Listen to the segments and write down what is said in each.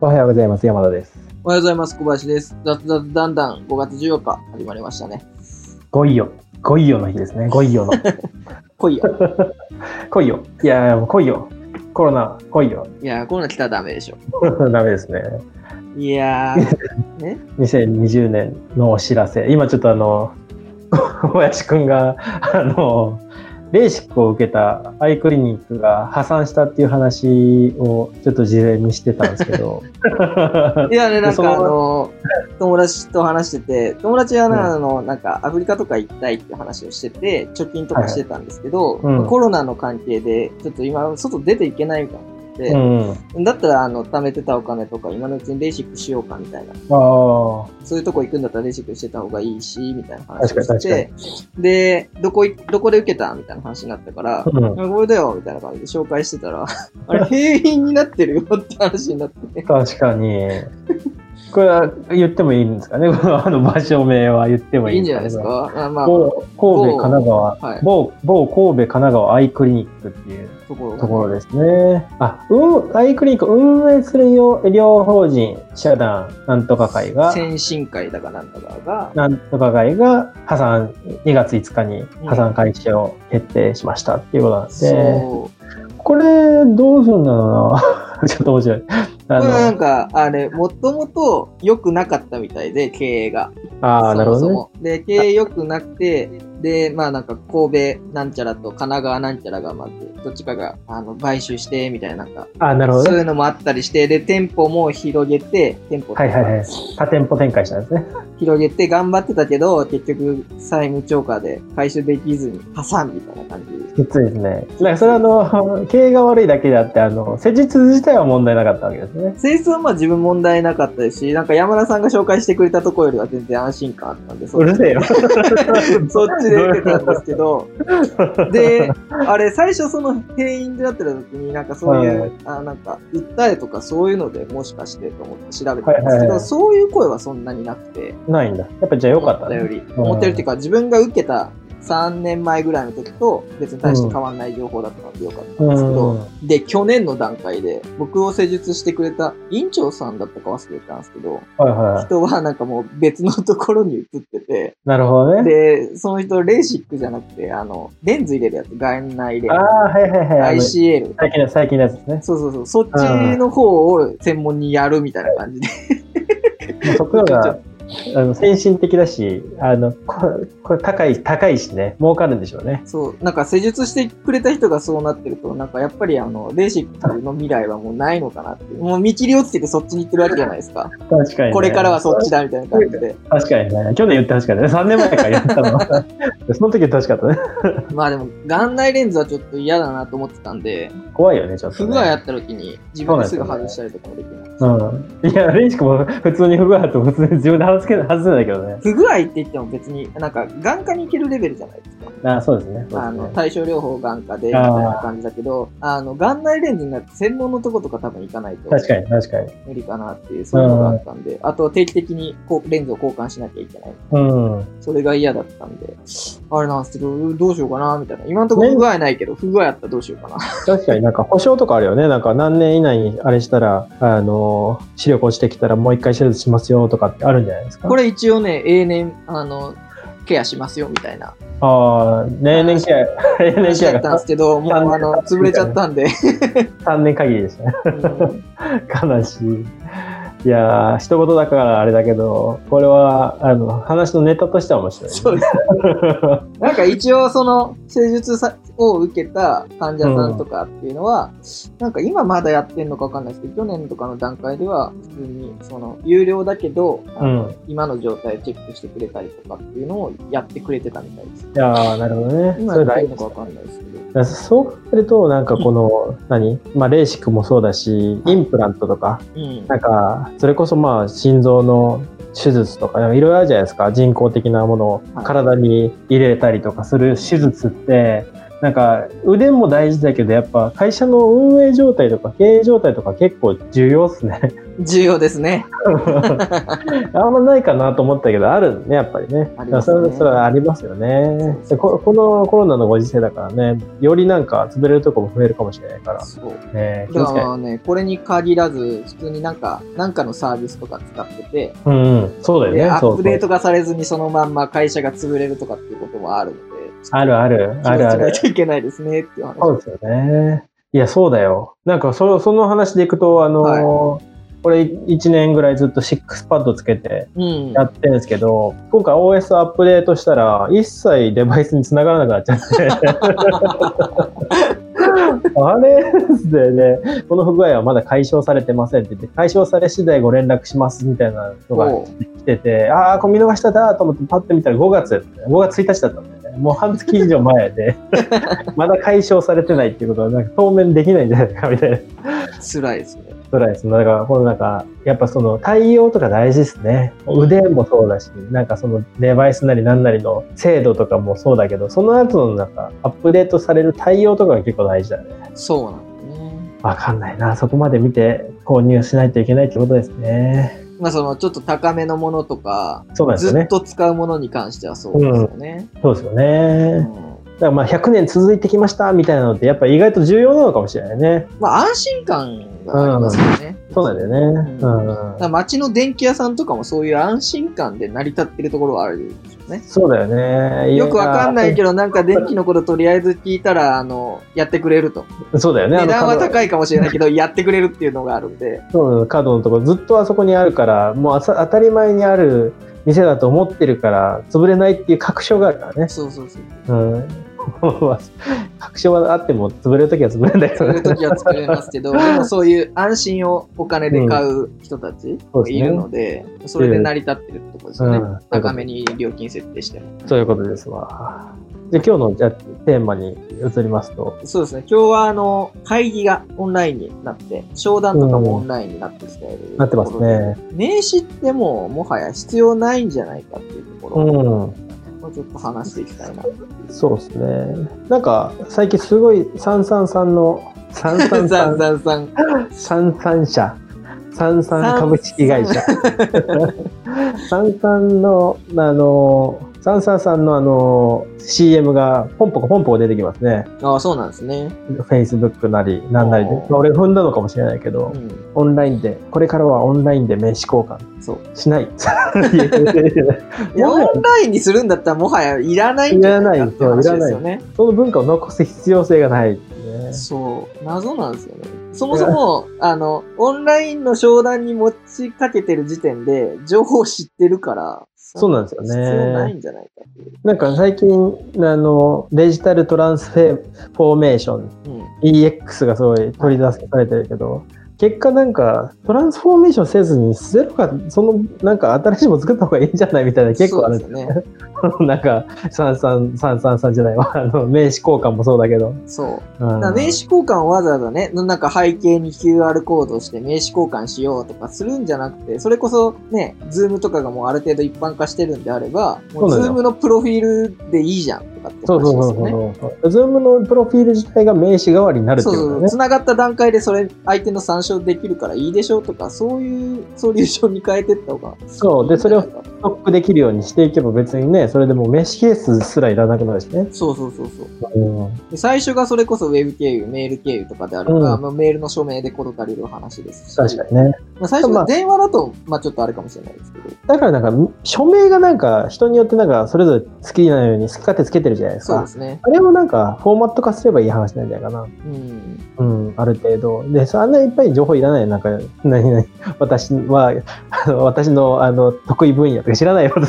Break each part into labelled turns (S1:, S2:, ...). S1: おはようございます。山田です。
S2: おはようございます。小林です。雑雑だんだん5月14日始まりましたね。
S1: ゴイヨ。ゴイヨの日ですね。ゴイ ヨの。
S2: 来い よ。
S1: 来いよ。いやー、もう来いよ。コロナ、来いよ。
S2: いやー、こんなん来たらダメでしょ。
S1: ダメですね。
S2: いや ー、ね。
S1: 2020年のお知らせ。今ちょっとあの、 小林くんが、あの、レーシックを受けたアイクリニックが破産したっていう話をちょっと事前にしてたんですけ ど。
S2: いやね、なん
S1: その
S2: かあの、友達と話してて、友達は
S1: うん
S2: な、あの、なんかアフリカとか行きたいって話をしてて、貯金とかしてたんですけど、
S1: いはいうん
S2: コロナの関係で、ちょっと今、外出ていけないみたいになって
S1: う、ん。あ
S2: だったら、あの、貯めてたお金とか、今のうちにレーシックしようかみたいな。
S1: あ。
S2: そういうとこ行くんだったらレーシックしてた方がいいし、みたいな話を
S1: 確
S2: し
S1: かに
S2: て、で、どこい、どこで受けたみたいな話になったから、
S1: うん。
S2: あこれだよ、みたいな感じで紹介してたら、 あれ、閉院になってるよって話になって、
S1: 確かに。これは言ってもいいんですかね。こ のあの場所名は言ってもい
S2: い
S1: い
S2: いん
S1: ん
S2: じ
S1: で
S2: ゃ
S1: す
S2: ない
S1: かね。
S2: ですかあまあ、
S1: 某神戸、神奈川、
S2: はい、
S1: 某某神戸、神奈川アイクリニックっていう
S2: ところが
S1: ところですね。あ、うん、アイクリニックを運営する医療医療法人社団なんとか会が、
S2: 先進会だかなんだかが、
S1: なんとか会が破産、2月5日に破産開始を決定しましたっていうことなんで、
S2: そう。
S1: これどうするんだろうな。ちょっ と面白い。あ
S2: これなん
S1: の、
S2: か、あれ、もともと良くなかったみたいで、経営が。
S1: ああ、なるほ
S2: そ
S1: どね。
S2: もそもで、経営良くなくて、で、まあなんか神戸なんちゃらと神奈川なんちゃらがまず、どっちかがあの買収して、みたいな、なんか、
S1: ああ、なるほど
S2: そうい
S1: ね。
S2: うのもあったりして、で、店舗も広げて、店舗とか
S1: はいはいはい。多店舗展開したんですね。
S2: 広げて頑張ってたけど、結局、債務超過で回収できずに破産みたいな感じ。
S1: きついですね。なんかそれはあの、 経営が悪いだけであって、あの、施術自体は問題なかったわけですね。
S2: 清掃はまあ自分問題なかったですし、なんか山田さんが紹介してくれたとこよりは全然安心感あったんで、そう
S1: る せえよ。
S2: そっちで受けたんですけど、 で、あれ、最初その閉院でなってた時に、なんかそういう、
S1: はい
S2: あなんか、訴えとかそういうのでもしかしてと思って調べたんですけど、
S1: はいはいはい
S2: そういう声はそんなになくて、
S1: ないんだ。やっぱじゃあよかった
S2: 思
S1: ね。
S2: ったより、思ったよりっていうか、自分が受けた3年前ぐらいの時と別に大して変わんない情報だったのでよかったんですけど、
S1: うん。
S2: で、去年の段階で、僕を施術してくれた院長さんだったか忘れたんですけど、
S1: はいは
S2: 人はなんかもう別のところに移ってて、
S1: い。なるほどね。
S2: で、その人、レーシックじゃなくて、あの、レンズ入れるやつ、眼内レ
S1: ああ、
S2: ン
S1: はいはいはい。あの
S2: ズ、ICL。
S1: 最近の、最近のやつですね。
S2: そうそうそう、そっちの方を専門にやるみたいな感じで。
S1: もうそこ
S2: ちょ
S1: が、あの、先進的だし、あの、ここれ高い、高いしね、儲かるんでしょうね。
S2: そう、なんか施術してくれた人がそうなってると、なんかやっぱりあの、レーシックの未来はもうないのかなっていう。もう見切りをつけてそっちに行ってるわけじゃないですか。
S1: 確かに、ね。
S2: これからはそっちだみたいな感じで。
S1: 確かにね。去年言ってほしかったね。3年前からやった の。その時言ってほしかったね。
S2: まあでも、眼内レンズはちょっと嫌だなと思ってたんで、
S1: 怖いよね、ちょっと、
S2: 不
S1: ね。
S2: 具合あった時に自分ですぐ外したりとかもできない。
S1: うん。いや、レイシックも普通に不具合あっても普通に自分で外すけど、外せないけどね。
S2: 不具合って言っても別に、なんか眼科に行けるレベルじゃないですか。
S1: あそうですね。そう
S2: あ
S1: です
S2: の
S1: ね
S2: 対症療法眼科でみたいな感じだけど、あの眼内レンズになって専門のとことか多分行かないと
S1: 確かに、確かに。
S2: 無理かなっていう、そういうのがあったんで、あと定期的にこうレンズを交換しなきゃいけない。
S1: うん。
S2: それが嫌だったんで、あれなんですけど、どうしようかなみたいな。今のところ不具合ないけど、不具合あったらどうしようかな。
S1: 確かになんか保証とかあるよね。なんか何年以内にあれしたら、あの、視力落ちてきたらもう一回手術しますよとかってあるんじゃないですか。
S2: これ一応ね、永年、あの、ケアしますよみたいな
S1: ああ、年々 ケア、年々
S2: 話
S1: ケ
S2: だっ
S1: ア
S2: たんで
S1: が
S2: すけど、もうあの、潰れちゃったんで、
S1: 3年限りですね。
S2: うん
S1: 悲しい。いやー、一言だからあれだけど、これは、あの、話のネタとしては面白い、ね。
S2: そうです。なんか一応その施術さを受けた患者さんとかっていうのは、なんか今まだやってんのかわかんないですけど、去年とかの段階では普通にその有料だけど、あの
S1: うん
S2: 今の状態をチェックしてくれたりとかっていうのをやってくれてたみたいです。
S1: いやー、なるほどね。
S2: 今
S1: そ
S2: や
S1: れ大
S2: ってん
S1: 事
S2: のかわかんないですけど。
S1: だからそう考えると、なんかこの、何まあ、レーシックもそうだし、インプラントとか、
S2: うん。
S1: なんか、それこそまあ、心臓の手術とか、なんかいろいろあるじゃないですか。人工的なものを
S2: はい
S1: 体に入れたりとかする手術って、なんか腕も大事だけどやっぱ会社の運営状態とか経営状態とか結構重要っすね
S2: 重要ですね。
S1: あんまないかなと思ったけどあるねやっぱりね
S2: あります
S1: そ
S2: ね
S1: れそれはありますよ
S2: そう
S1: ね
S2: そうそ
S1: で
S2: う
S1: ここのコロナのご時世だからねよりなんか潰れるとこも増えるかもしれないから、
S2: そう。
S1: ね、気
S2: だ
S1: を
S2: か
S1: つけない
S2: らね、これに限らず、普通になんか、なんかのサービスとか使ってて、
S1: うん、うん、そうだよ
S2: で
S1: ね
S2: ア
S1: そ
S2: ッ
S1: う
S2: プ
S1: そ
S2: デ
S1: う
S2: ートがされずにそのまんま会社が潰れるとかっていうこともあるので、
S1: あるあるあ
S2: 気
S1: る
S2: を
S1: あ
S2: つけな
S1: る
S2: いといけないですねっていう話。
S1: そうですよね。いや、そうだよ。なんかそ、その話でいくと、あのーこれ1年ぐらいずっとシックスパッドつけて
S2: うん
S1: や。ってるんですけど、今回 OS アップデートしたら、一切デバイスに繋がらなくなっ ちゃって。あれですね、この不具合はまだ解消されてませんって言って、解消され次第ご連絡しますみたいなのが
S2: おう
S1: 来てて、ああ、これ見逃しただと思ってパッて見たら5月だったね、5月1日だったんでね、もう半月以上前で、 まだ解消されてないっていうことは、なんか当面できないんじゃないかみたいな。
S2: 辛いですね。
S1: ぐらいですだから、このなんか、やっぱその対応とか大事ですね。腕もそうだし、なんかそのデバイスなりなんなりの精度とかもそうだけど、その後のなんかアップデートされる対応とかが結構大事だね。
S2: そうなんだね。
S1: わかんないな。そこまで見て購入しないといけないってことですね。
S2: まあそのちょっと高めのものとか、
S1: そうなんですよ
S2: ずっ
S1: ね。
S2: と使うものに関してはそうですよね。
S1: そうですよね。
S2: うん
S1: だからまあ100年続いてきましたみたいなのってやっぱ意外と重要なのかもしれないね。
S2: まあ安心感がありますよね。
S1: そうなんだよね。う
S2: うん
S1: ん。
S2: だから街の電気屋さんとかもそういう安心感で成り立ってるところはあるんですよね。
S1: そうだよね。
S2: よくわかんない
S1: け
S2: けど、なんか電気のこととりあえず聞いたら、あの、やってくれると。
S1: ど。そうだよね。
S2: 値段は高
S1: い。
S2: いかもしれないけど、やってくれるっていうのがあるんで。
S1: そう角のとこずっとあそこにあるから、もうあさ当たり前にある店だと思ってるから、潰れないっていう確証があるからね。
S2: そうそうそう。
S1: うん。 確証はあっても潰れるときは潰れないか
S2: 作
S1: ら
S2: る
S1: ね。
S2: ときは作れます けど、でもそういう安心をお金で買う人たち
S1: そう
S2: が
S1: ですね
S2: いるので、それで成り立ってるってことですよね。
S1: うん
S2: 高めに料金設定しても。
S1: そういうことですわ。で今日のじゃあテーマに移りますと、
S2: そうですね。今日はあの、会議がオンラインになって、商談とかもオンラインになってきている、
S1: なってます。ね。
S2: 名刺ってもうもはや必要ないんじゃないかっていうところ
S1: うん。
S2: をちょっと話していきたいな。
S1: そうですね。なんか最近すごい三三三の三
S2: さ
S1: 三
S2: んさん
S1: 三
S2: さんさん。
S1: 三三社三三株式会社三三のあの三三三のあの CM がポンポコポンポコ出てきますね。
S2: ああ、そうなんですね。
S1: Facebook なりなんなりで
S2: おー、
S1: まあ俺踏んだのかもしれないけど、
S2: うん。
S1: オンラインでこれからはオンラインで名刺交換
S2: そう。
S1: し ない。
S2: いや、オンラインにするんだったらもはやいらないんじゃないかって話ですよね。
S1: その文化を残す必要性がないっていうね。
S2: そう、謎なんですよね。そもそも、あの、オンラインの商談に持ちかけてる時点で、情報を知ってるから、
S1: そうなんですよね
S2: 必要ないんじゃないかっていう。
S1: なんか最近あのデジタルトランスフェフォーメーション
S2: うん。
S1: EX がすごい取り出されてるけど結果なんかトランスフォーメーションせずにゼロかそのなんか新しいもの作った方がいいんじゃないみたいな結構あるん
S2: そ
S1: で
S2: う
S1: す
S2: です
S1: よ
S2: ね。
S1: なんか33333じゃないわ あの名刺交換もそうだけど、
S2: そ
S1: う
S2: う。
S1: ん
S2: だから名刺交換をわざわざね、なんか背景に QR コードをして名刺交換しようとかするんじゃなくて、それこそね、ズームとかがもうある程度一般化してるんであれば、もう
S1: そうだよ
S2: ズームのプロフィールでいいじゃんとかって
S1: そうそう
S2: 話で
S1: そう
S2: すよね。
S1: そうそうズームのプロフィール自体が名刺代わりになるって
S2: そ
S1: いううこ
S2: そ
S1: とだ
S2: う、
S1: ね
S2: つながった段階でそれ、相手の参照できるからいいでしょうとか、そういうソリューションに変えてった方が。
S1: そうでそれをストックできるようにしていけば別にねそれでもう名刺ケースすらいらなくなるしね、
S2: そうそうそうそう。
S1: うん、
S2: で最初がそれこそウェブ経由、メール経由とかであれば、
S1: うん
S2: まあ、メールの署名で事足りる話ですし。
S1: 確かにね
S2: まあ、最初
S1: ま
S2: は
S1: あ
S2: 電話だと、まあちょっとあれかもしれないですけど。
S1: だからなんか、署名がなんか、人によってなんか、それぞれ好きなように好き勝手つけてるじゃないです
S2: そうで
S1: か。
S2: すね。
S1: あれをなんか、フォーマット化すればいい話なんじゃないかな。
S2: うん。
S1: うん、ある程度。で、そあんないっぱい情報いらないよなんか、 何々、私は、あの私の、あの、得意分野とか知らないよ。好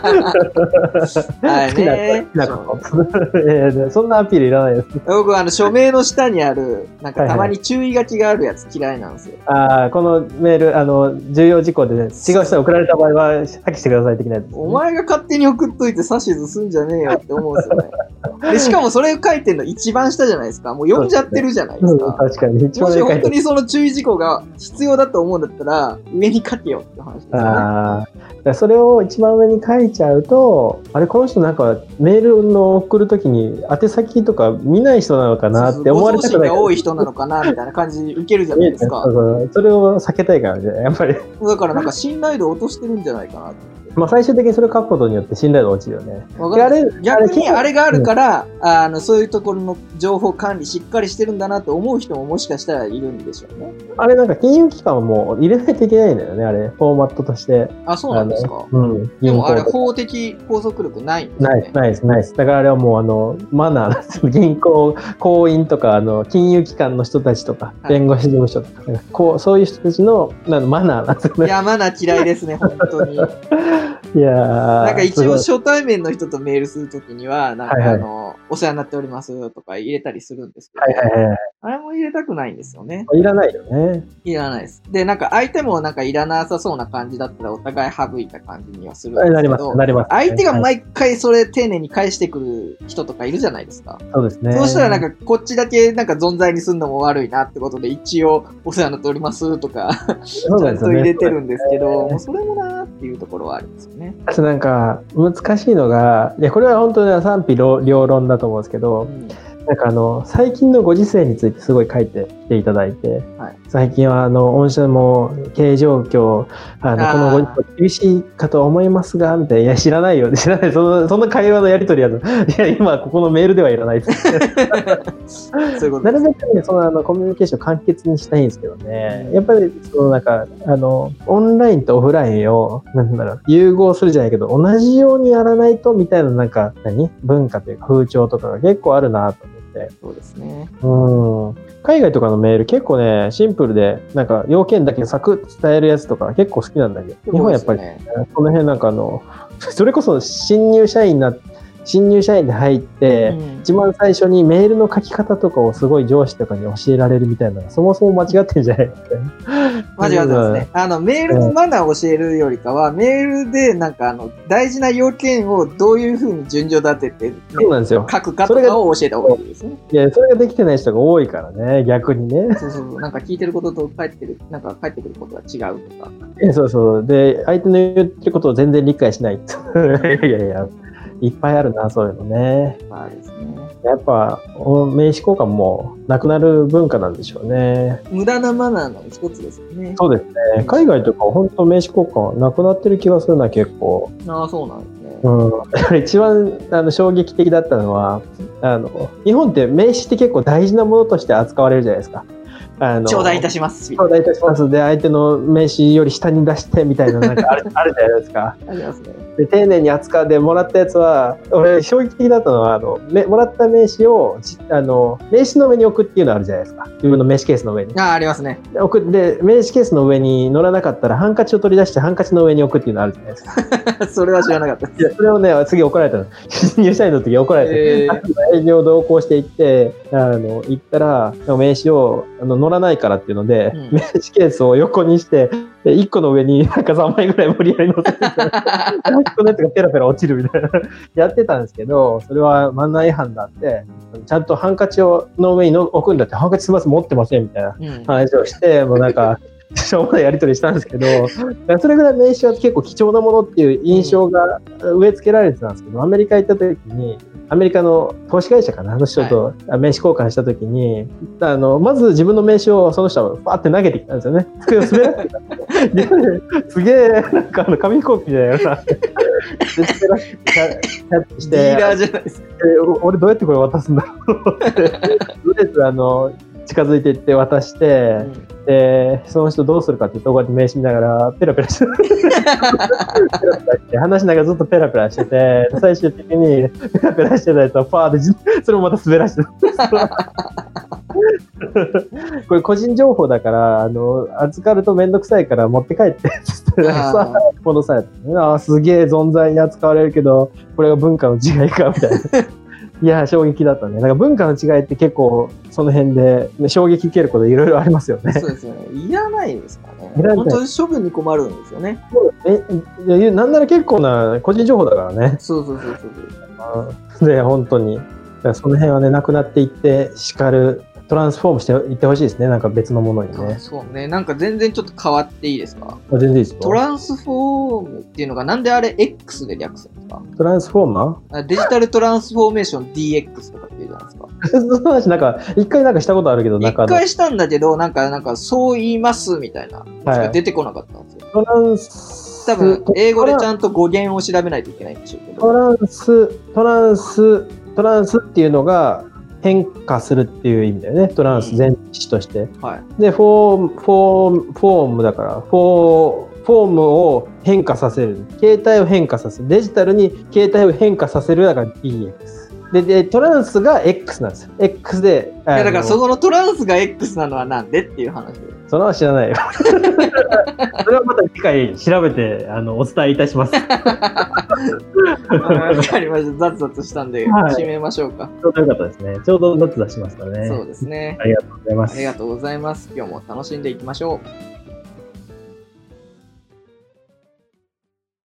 S2: はい
S1: きな、
S2: ね
S1: 好。きなこと。 えーそんなアピールいらないです。
S2: 僕、あの、署名の下にある、なんか
S1: はいは
S2: た
S1: い
S2: まに注意書きがあるやつ嫌いなんですよ。
S1: ああ、このメール、あの、重要事項で、ね、違う人に送られた場合は、破棄してください的なやつですね、
S2: お前が勝手に送っといて指図すんじゃねえよって思うんですよね。 でしかもそれ書いてるの一番下じゃないですか。もう読んじゃってるじゃないで
S1: う
S2: す
S1: ん、
S2: か。
S1: 確かに。一
S2: も
S1: 番
S2: し
S1: 上書い
S2: 本
S1: て
S2: 当
S1: る
S2: にその注意事項が必要だと思うんだったら、上に書けよって話ですよね。
S1: ああ、だからそれを一番上に書いちゃうとあれこの人なんかメールの送るときに宛先とか見ない人なのかなって思われたく
S2: そうそう
S1: ない
S2: ご送信が多い人なのかなみたいな感じ受けるじゃないです
S1: そ
S2: か
S1: う。そうそれを避けたいからねやっぱり、
S2: だからなんか信頼度落としてるんじゃないかなって。
S1: まあ、最終的にそれを書くことによって信頼度落ちるよね
S2: わかんない
S1: いやあれ
S2: 逆に
S1: あれ
S2: あれがあるから、あのそういうところの情報管理しっかりしてるんだなって思う人ももしかしたらいるんでしょうね。
S1: あれなんか金融機関はもう入れないといけないんだよねあれフォーマットとして
S2: あ、そうなんですか。
S1: うん
S2: でもあれ
S1: とか
S2: 法的拘束力ないんですよ
S1: ない
S2: ね
S1: です、。ないです、ないです。だからあれはもう、あの、マナーなんですよ。銀行、行員とか、あの、金融機関の人たちとか、
S2: はい
S1: 弁護士事務所とか、こう、そういう人たちの、なんマナーなんですよ
S2: い
S1: ね。
S2: や、マナー嫌いです ね、本当に。ない
S1: やー
S2: んか一
S1: すご
S2: 応
S1: い
S2: 初対面の人とメールするときには、なん
S1: はいは
S2: か
S1: い
S2: あの、お世話になっておりますとか入れたりするんですけど、
S1: はいはいは
S2: あれも入れたくないんですよね。
S1: い。いらないよね。
S2: いらないです。で、なんか相手もなんかいらなさそうな感じだったらお互い省いた感じにはするんです
S1: な
S2: け
S1: ります、
S2: ど、
S1: なります。
S2: 相手が
S1: はい
S2: 毎回それ丁寧に返してくる人とかいるじゃないですか。
S1: そうですね。
S2: そうしたらなんかこっちだけなんか存在にすんのも悪いなってことで一応お世話になっておりますとか
S1: そ
S2: ち
S1: う
S2: ゃ
S1: で
S2: ん
S1: すよ
S2: と
S1: ね、
S2: 入れてるんですけど、
S1: ね
S2: もうそれもなーっていうところはありますよね。
S1: あとなんか、難しいのが、いや、これは本当に賛否両両論だと思うんですけど、
S2: うん
S1: なんかあの最近のご時世についてすごい書いてきていただいて、
S2: はい
S1: 最近はあの御社も経営状況あの
S2: あ
S1: こ
S2: ー
S1: のご時世厳しいかと思いますがみたいないや知らないよ 知らないそのそんな会話のやり取りやのいや今ここのメールではいらないです
S2: そういうこと
S1: な
S2: で
S1: る
S2: す。
S1: べくねそのあのコミュニケーションを簡潔にしたいんですけどね
S2: うん
S1: やっぱりそのなんかあのオンラインとオフラインをなんだろう融合するじゃないけど同じようにやらないとみたいななんか何文化というか風潮とかが結構あるなと思って。
S2: そうですね。
S1: うん海外とかのメール結構ねシンプルでなんか要件だけサクッと伝えるやつとか結構好きなんだけど日本はやっぱり、ね、
S2: り。
S1: この辺なんかあの それこそ新入社員な新入社員で入って、
S2: うん
S1: 一番最初にメールの書き方とかをすごい上司とかに教えられるみたいなのがそもそも間違ってんじゃないですか
S2: 間違ってますね。あの、メールのマナーを教えるよりかは、メールでなんかあの、大事な要件をどういうふうに順序立てて、ね
S1: そうなんですよ
S2: 書くかとかを教えた方がいいですね。
S1: いやそれができてない人が多いからね逆にね
S2: そうそうそう。なんか聞いてることと返ってる、なんか返ってくることが違うとか。
S1: えそうそう。で、相手の言ってることを全然理解しない。い やいやいや、いっぱいあるな、そういうのね。
S2: まあですね。
S1: やっぱ、お名刺交換もなくなる文化なんでしょうね。
S2: 無駄なマナーの一つですよね。
S1: そうですね。海外とか本当名刺交換はなくなってる気がするな、結構。
S2: ああ、そうなんです
S1: う
S2: ね。
S1: ん。 あれ一番あの衝撃的だったのは、あの、日本って名刺って結構大事なものとして扱われるじゃないですか。あの
S2: 頂戴いたします。みた
S1: 頂
S2: いな
S1: 戴いたします。で、相手の名刺より下に出してみたいな、なんかあるあるじゃないですか。
S2: ありますね。
S1: で丁寧に扱ってもらったやつは俺衝撃的だったのはあのめもらった名刺をじあの名刺の上に置くっていうのあるじゃないですか自分の名刺ケースの上に
S2: ああ、ありますね。
S1: で置くで名刺ケースの上に乗らなかったらハンカチを取り出してハンカチの上に置くっていうのあるじゃないですか
S2: それは知らなかったで
S1: いやそれをね次怒られたの新入社員の時怒られて、
S2: す。えー
S1: 営業同行していってあの行ったら名刺をあの乗らないからっていうので、
S2: うん
S1: 名刺ケースを横にしてで1個の上になんか3枚ぐらい無理やり乗せてもう一個のやつがペラペラ落ちるみたいなやってたんですけどそれはマナー違反だってちゃんとハンカチをの上にの置くんだってハンカチすみません持ってませんみたいな
S2: うん
S1: 話をしてもうなんか しょうもないやり取りしたんですけどだからそれぐらい名刺は結構貴重なものっていう印象が植え付けられてたんですけどアメリカ行った時にアメリカの投資会社かなあの人と名刺交換した時に、あのまず自分の名刺をその人はバーって投げてきたんですよね机を滑らせて きたんですよですげえなんかあの紙飛行機みたいなのがで滑らせてキャッチして
S2: ディーラーじゃないですか。
S1: えお俺どうやってこれ渡すんだろうってとりあえずあの近づいていって渡して、でその人どうするかっていうとこうやって名刺見ながらペラペラしてペラペラして話しながらずっとペラペラしてて最終的にペラペラしてたやつをパーでじそれもまた滑らしてこれ個人情報だからあの預かると面倒くさいから持って帰ってって
S2: あー
S1: 戻されたねあーすげえ存在に扱われるけどこれが文化の違いかみ たいないや衝撃だったねなんか文化の違いって結構その辺でね衝撃受けることいろいろありますよね
S2: そうですよね。いらないですからね
S1: いらない。
S2: 本当に処分に困るんですよね。
S1: えいやなんなら結構な個人情報だからね
S2: そうそうそうそう。
S1: で本当にだからその辺はねなくなっていって叱るトランスフォームしていってほしいですね。なんか別のものにね。
S2: そうね。なんか全然ちょっと変わっていいですか
S1: あ全然いいですよ。
S2: トランスフォームっていうのがなんであれ X で略すんですか
S1: トランスフォー マ
S2: あデジタルトランスフォーメーション DX とかっていうじゃないですか。
S1: ーその話なんか、一回なんかしたことあるけど、なん
S2: 一
S1: かあの
S2: 回したんだけど、なんか、なんか、そう言いますみたいな、
S1: はい
S2: 出てこなかったんですよ。
S1: トランス、
S2: 多分、英語でちゃ
S1: ん
S2: んと語源を調べないといけないんでしょうけ
S1: ト
S2: ど。
S1: ランス、トランス、トランスっていうのが変化するっていう意味だよね。トランス前置詞として。
S2: はい。
S1: で、フォーム、フォーム、フォームだから、フォー、フォームを変化させる。携帯を変化させる。デジタルに携帯を変化させるだから DX。で、で、トランスが X なんですよ。X で。
S2: い
S1: あ
S2: や
S1: の
S2: だから、そこのトランスが X なのはなんでっていう話で。
S1: それは知らないよ。 それはまた次回調べてあのお伝えいたします。
S2: わかりました。ザツザツしたんで、
S1: はい
S2: 締めましょうか。
S1: ちょうどよかったですね。ちょうど夏出しましたね。
S2: そうですね。
S1: ありがとうございま
S2: ありがとうございます。今日も楽しんでいきましょう。
S1: はい。